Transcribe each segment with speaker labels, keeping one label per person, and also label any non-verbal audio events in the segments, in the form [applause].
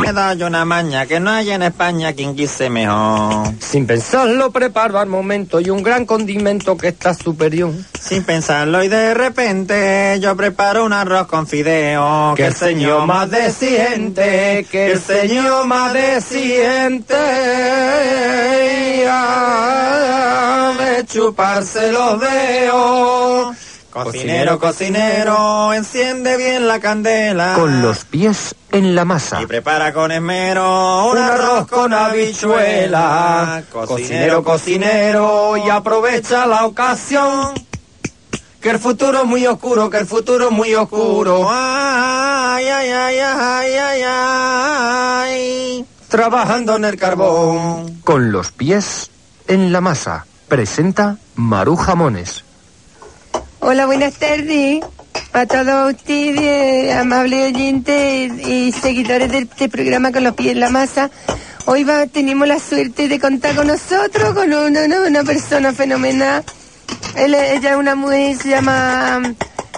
Speaker 1: Me da yo una maña que no hay en España quien quise mejor.
Speaker 2: Sin pensarlo preparo al momento y un gran condimento que está superior.
Speaker 1: Sin pensarlo y de repente yo preparo un arroz con fideo.
Speaker 2: Que el señor más desigente, que el señor más desigente. y ha de chuparse los dedos.
Speaker 1: Cocinero, cocinero, enciende bien la candela.
Speaker 3: Con los pies en la masa.
Speaker 1: Y prepara con esmero Ah. un arroz con habichuela.
Speaker 2: Cocinero, cocinero, y aprovecha la ocasión. Que el futuro es muy oscuro, que el futuro es muy oscuro.
Speaker 1: Ay, ay, ay, ay, ay, ay.
Speaker 2: Trabajando en el carbón.
Speaker 3: Con los pies en la masa. Presenta Maru Jamones.
Speaker 4: Hola, buenas tardes a todos ustedes, amables oyentes y seguidores de este programa con los pies en la masa. Hoy va, tenemos la suerte de contar con nosotros, con una, una, una persona fenomenal. Él- ella es una mujer, se llama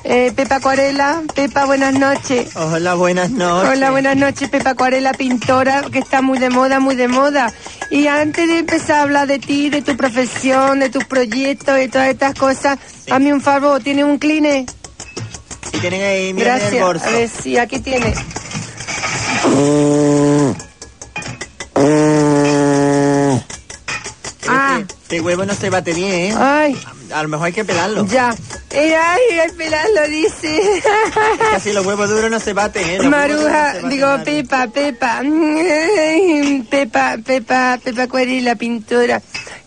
Speaker 4: eh, Pepa Acuarela. Pepa, buenas noches.
Speaker 1: Hola, buenas noches.
Speaker 4: Hola, buenas noches, Pepa Acuarela, pintora, que está muy de moda, muy de moda. Y antes de empezar a hablar de ti, de tu profesión, de tus proyectos y todas estas cosas, hazme un favor, ¿tienes un cline?
Speaker 1: Y tienen ahí, miren el
Speaker 4: Gracias.
Speaker 1: bolso.
Speaker 4: A ver, sí, aquí tiene. Ah,
Speaker 1: Este huevo no se bate bien, ¿eh?
Speaker 4: ay,
Speaker 1: A lo mejor hay que pelarlo.
Speaker 4: ya. Eh, ay, el pelado lo dice.
Speaker 1: Casi los huevos duros no se baten, ¿eh? Los huevos duros no se
Speaker 4: Maruja,
Speaker 1: baten,
Speaker 4: digo
Speaker 1: Maru.
Speaker 4: Pepa, Pepa, [laughs] Pepa, Pepa, Pepa Cueri, la pintora.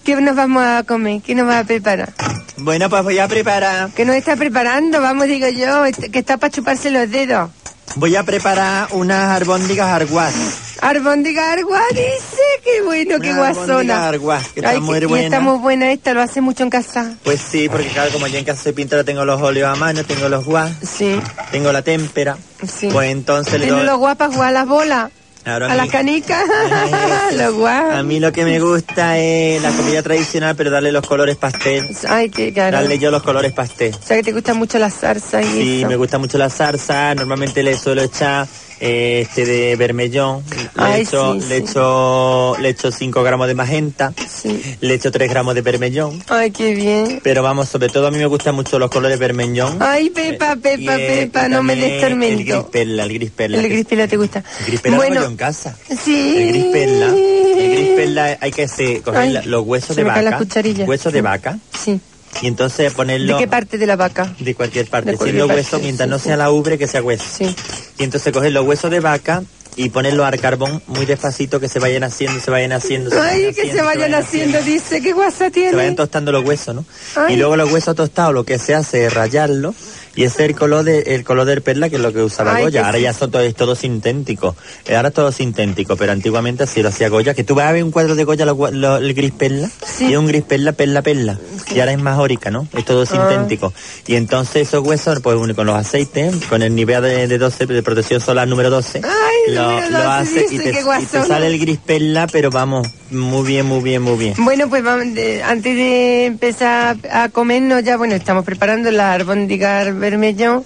Speaker 4: ¿Qué nos vamos a comer? ¿Qué nos va a preparar?
Speaker 1: Bueno, pues voy a preparar.
Speaker 4: ¿Qué nos está preparando? Vamos, digo yo, este- que está para chuparse los dedos.
Speaker 1: Voy a preparar unas albóndigas arguas.
Speaker 4: Arbóndiga Arguá dice, qué bueno, qué
Speaker 1: Unas albóndigas
Speaker 4: guasona.
Speaker 1: arguas, que están
Speaker 4: Ay,
Speaker 1: muy
Speaker 4: que- y está
Speaker 1: buenas.
Speaker 4: muy buena esta, lo hace mucho en casa.
Speaker 1: Pues sí, porque claro, como yo en casa soy pintora, tengo los óleos a mano, tengo los guas,
Speaker 4: Sí,
Speaker 1: tengo la témpera.
Speaker 4: sí.
Speaker 1: Pues entonces le
Speaker 4: Tiene
Speaker 1: doy...
Speaker 4: los guapas jugar a las bolas,
Speaker 1: Claro,
Speaker 4: a las
Speaker 1: mí-
Speaker 4: canicas,
Speaker 1: Ay,
Speaker 4: [laughs] los
Speaker 1: Ah, A
Speaker 4: guapas.
Speaker 1: mí lo que me gusta es la comida tradicional, pero darle los colores pastel.
Speaker 4: Ay, qué caro.
Speaker 1: Darle yo los colores pastel.
Speaker 4: O sea que te gusta mucho la salsa y
Speaker 1: Sí,
Speaker 4: eso.
Speaker 1: me gusta mucho la salsa. Normalmente le suelo echar eh, este de bermellón. Le,
Speaker 4: Ay,
Speaker 1: echo,
Speaker 4: sí,
Speaker 1: le,
Speaker 4: sí.
Speaker 1: echo, le echo 5 gramos de magenta.
Speaker 4: Sí.
Speaker 1: Le echo 3 gramos de bermellón.
Speaker 4: Ay, qué bien.
Speaker 1: Pero vamos, sobre todo a mí me gustan mucho los colores bermellón.
Speaker 4: Ay, Pepa, Pepa,
Speaker 1: Y, eh,
Speaker 4: Pepa,
Speaker 1: y
Speaker 4: no me
Speaker 1: también
Speaker 4: des
Speaker 1: El gris
Speaker 4: tormento.
Speaker 1: perla, el gris perla.
Speaker 4: El gris perla te gusta.
Speaker 1: El gris perla lo hago yo en
Speaker 4: Bueno,
Speaker 1: casa.
Speaker 4: sí.
Speaker 1: El gris perla. El gris perla hay que se- coger
Speaker 4: Ay,
Speaker 1: la- los huesos
Speaker 4: se
Speaker 1: de
Speaker 4: me cae la
Speaker 1: vaca.
Speaker 4: cucharilla.
Speaker 1: Huesos de vaca.
Speaker 4: Sí.
Speaker 1: Y entonces
Speaker 4: ¿De
Speaker 1: ponerlo
Speaker 4: qué parte de la vaca?
Speaker 1: de cualquier parte.
Speaker 4: De cualquier
Speaker 1: siendo
Speaker 4: parte,
Speaker 1: hueso,
Speaker 4: sí,
Speaker 1: mientras no
Speaker 4: sí.
Speaker 1: sea la ubre, que sea hueso.
Speaker 4: Sí.
Speaker 1: Y entonces coger los huesos de vaca y ponerlos al carbón muy despacito, que se vayan haciendo, se vayan haciendo. se vayan
Speaker 4: Ay, que
Speaker 1: haciendo,
Speaker 4: se vayan haciendo, dice, qué
Speaker 1: Se
Speaker 4: guasa
Speaker 1: vayan
Speaker 4: tiene.
Speaker 1: tostando los huesos, ¿no?
Speaker 4: Ay.
Speaker 1: Y luego los huesos tostados, lo que se hace es rayarlo y ese es el color, de, el color del perla, que es lo que usaba
Speaker 4: Ay,
Speaker 1: Goya.
Speaker 4: qué
Speaker 1: Ahora ya son todo, es todo sintético. Eh, Ahora es todo sintético, pero antiguamente así lo hacía Goya. Que tú vas a ver un cuadro de Goya, lo gua- lo- el gris perla,
Speaker 4: Sí. Ah.
Speaker 1: y es un gris perla, perla, perla. Y ahora es más órica, ¿no? Es todo sintético. Y entonces esos huesos, pues uno con los aceites, con el nivel de, de 12, de protección solar número 12,
Speaker 4: Ay,
Speaker 1: lo,
Speaker 4: número
Speaker 1: lo
Speaker 4: 12,
Speaker 1: hace y
Speaker 4: dice,
Speaker 1: te,
Speaker 4: qué
Speaker 1: y te
Speaker 4: guasona.
Speaker 1: sale el gris perla, pero vamos, muy bien, muy bien, muy bien.
Speaker 4: Bueno, pues vamos, de- antes de empezar a comernos ya, bueno, estamos preparando la albóndiga bermellón,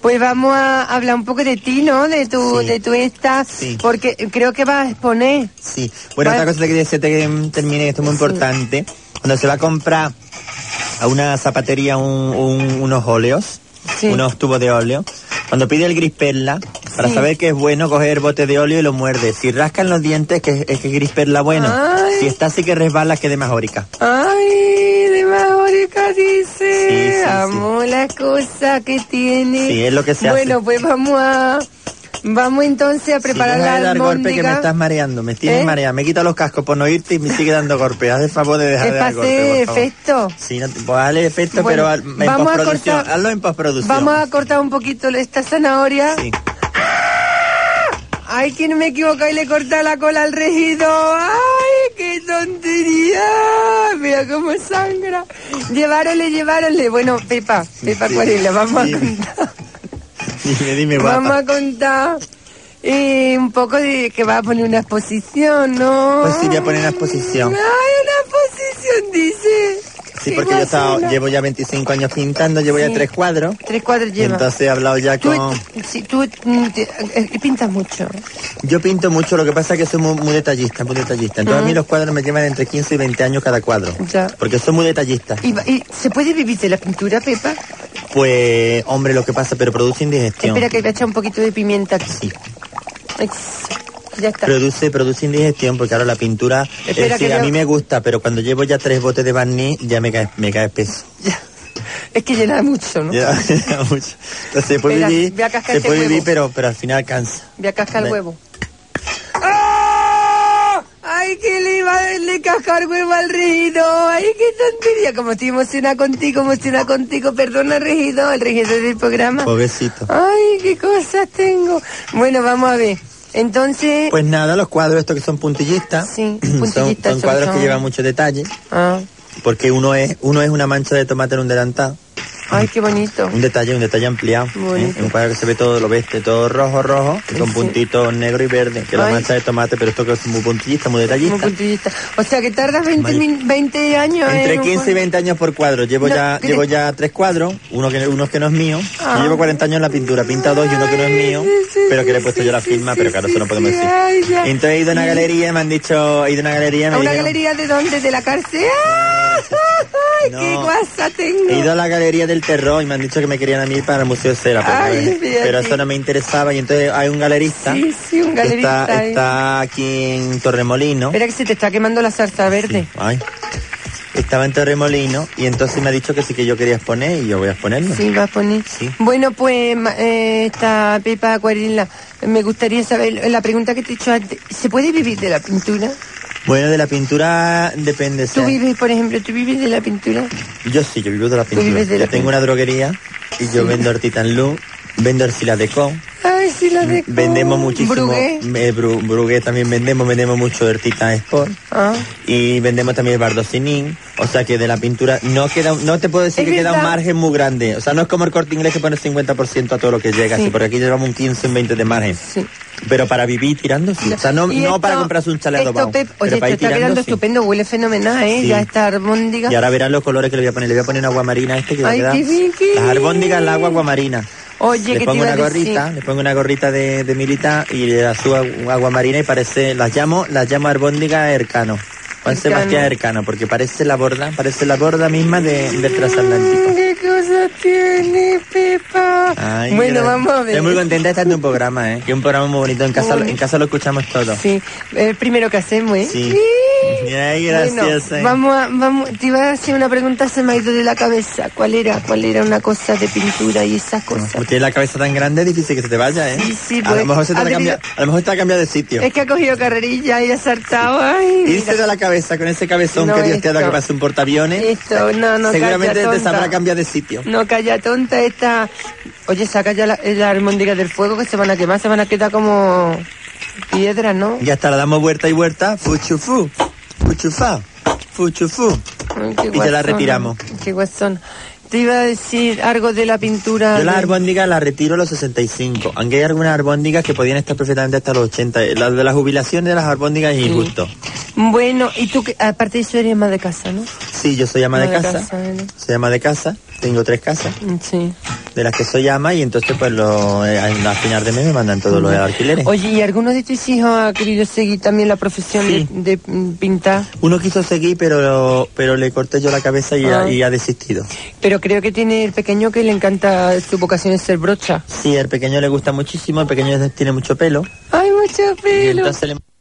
Speaker 4: pues vamos a hablar un poco de ti, ¿no? De tu,
Speaker 1: Sí.
Speaker 4: de tu esta,
Speaker 1: Sí.
Speaker 4: porque creo que vas a exponer.
Speaker 1: Sí, bueno,
Speaker 4: Vale.
Speaker 1: otra cosa que quería decirte que mm, termine, esto es muy importante. Cuando se va a comprar a una zapatería un- un- unos óleos,
Speaker 4: Sí.
Speaker 1: unos tubos de óleo, cuando pide el gris perla, para
Speaker 4: Sí.
Speaker 1: saber que es bueno, coger el bote de óleo y lo muerde. Si rascan los dientes, que es que es gris perla bueno.
Speaker 4: Ay.
Speaker 1: Si está así que resbala, que de majorica.
Speaker 4: Ay, de Majorica dice,
Speaker 1: Sí, sí, sí.
Speaker 4: amo la cosa que tiene.
Speaker 1: Sí, es lo que se hace.
Speaker 4: bueno, pues vamos a, vamos entonces a preparar
Speaker 1: si deja de
Speaker 4: la
Speaker 1: dar golpe que me
Speaker 4: albóndiga.
Speaker 1: estás mareando, me tienes
Speaker 4: ¿Eh?
Speaker 1: mareada. Me quita los cascos por no irte y me sigue dando golpes. Haz el favor de dejar
Speaker 4: Es
Speaker 1: de
Speaker 4: para
Speaker 1: dar golpe,
Speaker 4: hacer
Speaker 1: por favor.
Speaker 4: efecto.
Speaker 1: Sí, no, te- pues dale efecto,
Speaker 4: Bueno,
Speaker 1: pero al- en
Speaker 4: vamos a
Speaker 1: postproducción.
Speaker 4: cortar-
Speaker 1: Hazlo en postproducción.
Speaker 4: Vamos a cortar un poquito esta zanahoria.
Speaker 1: Sí.
Speaker 4: Ay, que no me equivoco y le corta la cola al regidor. Ay, qué tontería. Mira cómo sangra. Lleváronle, lleváronle. Bueno, Pepa, Pepa Cuarela, vamos a contar.
Speaker 1: [laughs] Dime, dime,
Speaker 4: Vamos
Speaker 1: guapa.
Speaker 4: a contar eh, un poco de que va a poner una exposición, ¿no?
Speaker 1: Pues sí, voy a poner una exposición.
Speaker 4: Ay, una exposición, dice.
Speaker 1: Sí,
Speaker 4: Qué
Speaker 1: porque yo he estado-
Speaker 4: guasona.
Speaker 1: llevo ya 25 años pintando, llevo ya
Speaker 4: Sí.
Speaker 1: tres cuadros.
Speaker 4: Tres cuadros
Speaker 1: Y
Speaker 4: lleva.
Speaker 1: entonces he hablado ya
Speaker 4: Tú,
Speaker 1: con...
Speaker 4: sí, tú mm, te- eh, pintas mucho.
Speaker 1: Yo pinto mucho, lo que pasa es que soy muy, muy detallista, muy detallista. Entonces a mí los cuadros me llevan entre 15 y 20 años cada cuadro.
Speaker 4: Ya.
Speaker 1: Porque soy muy detallista.
Speaker 4: ¿Y, va- y se puede vivir de la pintura, Pepa?
Speaker 1: Pues, hombre, lo que pasa, pero produce indigestión.
Speaker 4: Espera que voy a echar un poquito de pimienta.
Speaker 1: Sí.
Speaker 4: Ex- Ya está.
Speaker 1: Produce, produce indigestión, porque claro, la pintura, es
Speaker 4: Espera
Speaker 1: decir,
Speaker 4: que
Speaker 1: a
Speaker 4: yo-
Speaker 1: mí me gusta, pero cuando llevo ya tres botes de barniz, ya me cae, me cae peso.
Speaker 4: Ya. Es que llena mucho,
Speaker 1: [laughs]
Speaker 4: ¿no?
Speaker 1: Ya, ya mucho. Entonces se puede
Speaker 4: Espera,
Speaker 1: vivir,
Speaker 4: voy a cascar
Speaker 1: se
Speaker 4: este
Speaker 1: puede vivir,
Speaker 4: huevo.
Speaker 1: pero, pero al final cansa.
Speaker 4: Voy a cascar
Speaker 1: Ve.
Speaker 4: huevo. ¡Ah! ¡Ay, que le iba a darle cascar huevo al regidor! ¡Ay, qué tontería! Como estoy emocionada contigo, emocionada contigo. Perdona, regidor, el regidor del programa.
Speaker 1: Pobrecito.
Speaker 4: ¡Ay, qué cosas tengo! Bueno, vamos a ver. Entonces...
Speaker 1: Pues nada, los cuadros estos que son puntillistas,
Speaker 4: Sí,
Speaker 1: [clears throat] son- son,
Speaker 4: puntillistas son-
Speaker 1: cuadros
Speaker 4: son-
Speaker 1: que llevan mucho detalle,
Speaker 4: Ah,
Speaker 1: porque uno es, uno es una mancha de tomate en un delantal,
Speaker 4: ¡Ay, qué bonito!
Speaker 1: un detalle, un detalle ampliado,
Speaker 4: Bonito.
Speaker 1: ¿eh? un cuadro que se ve todo, lo ves, todo rojo, rojo, y con
Speaker 4: Sí.
Speaker 1: puntitos negro y verde, que es la
Speaker 4: Ay.
Speaker 1: mancha de tomate, pero esto que es muy puntillista, muy
Speaker 4: Como
Speaker 1: detallista.
Speaker 4: puntillista. ¿eh? O sea, que tardas 20,
Speaker 1: Mayor-
Speaker 4: min- 20 años
Speaker 1: Entre
Speaker 4: en un
Speaker 1: 15 y 20 años por cuadro. Llevo
Speaker 4: No,
Speaker 1: ya
Speaker 4: ¿qué
Speaker 1: llevo
Speaker 4: te-
Speaker 1: ya tres cuadros, uno que uno que no es mío.
Speaker 4: Ah.
Speaker 1: Y llevo 40 años en la pintura, pinta dos y uno que no es
Speaker 4: Ay,
Speaker 1: mío,
Speaker 4: sí, sí,
Speaker 1: pero que le he
Speaker 4: sí,
Speaker 1: puejo yo la
Speaker 4: sí,
Speaker 1: firma,
Speaker 4: sí,
Speaker 1: pero claro,
Speaker 4: sí,
Speaker 1: eso no podemos
Speaker 4: sí,
Speaker 1: decir.
Speaker 4: ay, ya.
Speaker 1: Entonces he ido a una
Speaker 4: Sí.
Speaker 1: galería y me han dicho, he ido a una galería y me
Speaker 4: ¿A una
Speaker 1: dijeron,
Speaker 4: galería de dónde? ¿De la cárcel? ¡Ah! ¡Ay, qué
Speaker 1: No.
Speaker 4: guasa tengo!
Speaker 1: He ido a la galería del terror y me han dicho que me querían a mí para el Museo de Cera, pero,
Speaker 4: Ay,
Speaker 1: eh,
Speaker 4: fíjate.
Speaker 1: pero eso no me interesaba y entonces hay un galerista,
Speaker 4: Sí, sí, un
Speaker 1: que
Speaker 4: galerista. eh.
Speaker 1: está,
Speaker 4: ahí.
Speaker 1: está aquí en Torremolino.
Speaker 4: Espera que se te está quemando la salsa verde.
Speaker 1: Sí, ay. Estaba en Torremolino y entonces me ha dicho que sí que yo quería exponer y yo voy a exponerlo.
Speaker 4: Sí, va a poner.
Speaker 1: Sí.
Speaker 4: Bueno, pues ma- eh, esta Pepa Acuarela, me gustaría saber la pregunta que te he hecho antes. ¿Se puede vivir de la pintura?
Speaker 1: Bueno, de la pintura depende. o
Speaker 4: ¿Tú
Speaker 1: sea,
Speaker 4: vives, por ejemplo, tú vives de la pintura?
Speaker 1: Yo sí, yo vivo de la pintura.
Speaker 4: vives de la
Speaker 1: yo tengo una droguería y yo vendo el Titan Luz, vendo el de Con,
Speaker 4: Ay, sí, la de...
Speaker 1: Mm, vendemos muchísimo.
Speaker 4: Uh, Brugué.
Speaker 1: eh, Bru- Brugué también vendemos, vendemos mucho el Titan Sport.
Speaker 4: Ah.
Speaker 1: Y vendemos también el bardocinin, o sea que de la pintura no queda, un- no te puedo decir
Speaker 4: Es
Speaker 1: que queda un
Speaker 4: verdad.
Speaker 1: margen muy grande, o sea no es como el corte inglés que pone 50% a todo lo que llega,
Speaker 4: Sí.
Speaker 1: sí, porque aquí llevamos un 15, un 20 de margen,
Speaker 4: Sí.
Speaker 1: pero para vivir tirando, sí, o sea no,
Speaker 4: Y
Speaker 1: no
Speaker 4: esto-
Speaker 1: para comprarse un chaleco,
Speaker 4: esto,
Speaker 1: vamos,
Speaker 4: Pep,
Speaker 1: pero
Speaker 4: Oye, esto
Speaker 1: para ir
Speaker 4: está
Speaker 1: tirando,
Speaker 4: quedando
Speaker 1: sí.
Speaker 4: estupendo, huele fenomenal, ¿eh?
Speaker 1: Sí.
Speaker 4: Ya está armóndiga.
Speaker 1: Y ahora verán los colores que le voy a poner. Le voy a poner una aguamarina a este que va
Speaker 4: Ay,
Speaker 1: a quedar.
Speaker 4: qué bien, qué
Speaker 1: Las
Speaker 4: bien.
Speaker 1: albóndigas, la agua aguamarina.
Speaker 4: Oye,
Speaker 1: le
Speaker 4: que
Speaker 1: pongo
Speaker 4: te iba
Speaker 1: una
Speaker 4: a decir.
Speaker 1: gorrita, le pongo una gorrita de, de militar y le la subo a- a aguamarina y parece, las llamo, las llamo albóndiga Ercano. Juan
Speaker 4: Ercano.
Speaker 1: Sebastián Ercano, porque parece la borda, parece la borda misma de, del
Speaker 4: Mm,
Speaker 1: transatlántico.
Speaker 4: ¿Qué cosa tiene Pepa?
Speaker 1: Ay,
Speaker 4: bueno,
Speaker 1: mira,
Speaker 4: vamos a ver.
Speaker 1: Estoy muy contenta de estar en un programa, ¿eh? Que es un programa muy bonito. En casa, lo- en casa lo escuchamos todo.
Speaker 4: Sí, el primero que hacemos, ¿eh?
Speaker 1: Sí.
Speaker 4: Sí.
Speaker 1: Ay, gracias.
Speaker 4: Bueno,
Speaker 1: ¿eh?
Speaker 4: vamos a, vamos, te iba a hacer una pregunta, se me ha ido de la cabeza. ¿Cuál era? ¿Cuál era una cosa de pintura y esas
Speaker 1: No,
Speaker 4: cosas?
Speaker 1: como tiene la cabeza tan grande, es difícil que se te vaya, ¿eh?
Speaker 4: Sí, sí,
Speaker 1: a
Speaker 4: pues,
Speaker 1: lo mejor se te
Speaker 4: ha
Speaker 1: va a cambiar,
Speaker 4: tenido-
Speaker 1: a lo mejor se te va a cambiar de sitio.
Speaker 4: Es que ha cogido carrerilla y ha saltado. Ay, mira.
Speaker 1: Irse de la cabeza con ese cabezón
Speaker 4: No,
Speaker 1: que Dios te ha dado
Speaker 4: esto-
Speaker 1: que pase un portaaviones.
Speaker 4: Esto, no, no,
Speaker 1: seguramente
Speaker 4: calla,
Speaker 1: te
Speaker 4: tonta.
Speaker 1: sabrá cambiar de sitio.
Speaker 4: No, calla tonta esta. Oye, saca ya la, la almóndiga del fuego que se van a quemar, se van a quedar como piedras, ¿no?
Speaker 1: Y hasta la damos vuelta y vuelta, fuchufú, fuchufá, fuchufú.
Speaker 4: Ay, qué
Speaker 1: Y te la retiramos.
Speaker 4: Qué guasón. Te iba a decir algo de la pintura.
Speaker 1: Yo las
Speaker 4: de-
Speaker 1: albóndigas las retiro a los 65, aunque hay algunas albóndigas que podían estar perfectamente hasta los 80. La de la jubilación de las albóndigas es injusto.
Speaker 4: Bueno, y tú, que- aparte de eso, eres más de casa, ¿no?
Speaker 1: Sí, yo soy ama de
Speaker 4: Ama de
Speaker 1: casa,
Speaker 4: casa, ¿no?
Speaker 1: soy ama de casa, tengo tres casas.
Speaker 4: Mm, Sí.
Speaker 1: de las que soy ama y entonces pues lo, eh, a final de mes me mandan todos los alquileres.
Speaker 4: Oye, ¿y alguno de tus hijos ha querido seguir también la profesión
Speaker 1: Sí.
Speaker 4: de, de, mm, pintar?
Speaker 1: Uno quiso seguir pero pero le corté yo la cabeza y,
Speaker 4: Ah.
Speaker 1: ha, y ha desistido.
Speaker 4: Pero creo que tiene el pequeño que le encanta, su vocación es ser brocha.
Speaker 1: Sí, al pequeño le gusta muchísimo, el pequeño tiene mucho pelo.
Speaker 4: ¡Ay, mucho
Speaker 1: Y
Speaker 4: pelo!
Speaker 1: entonces le-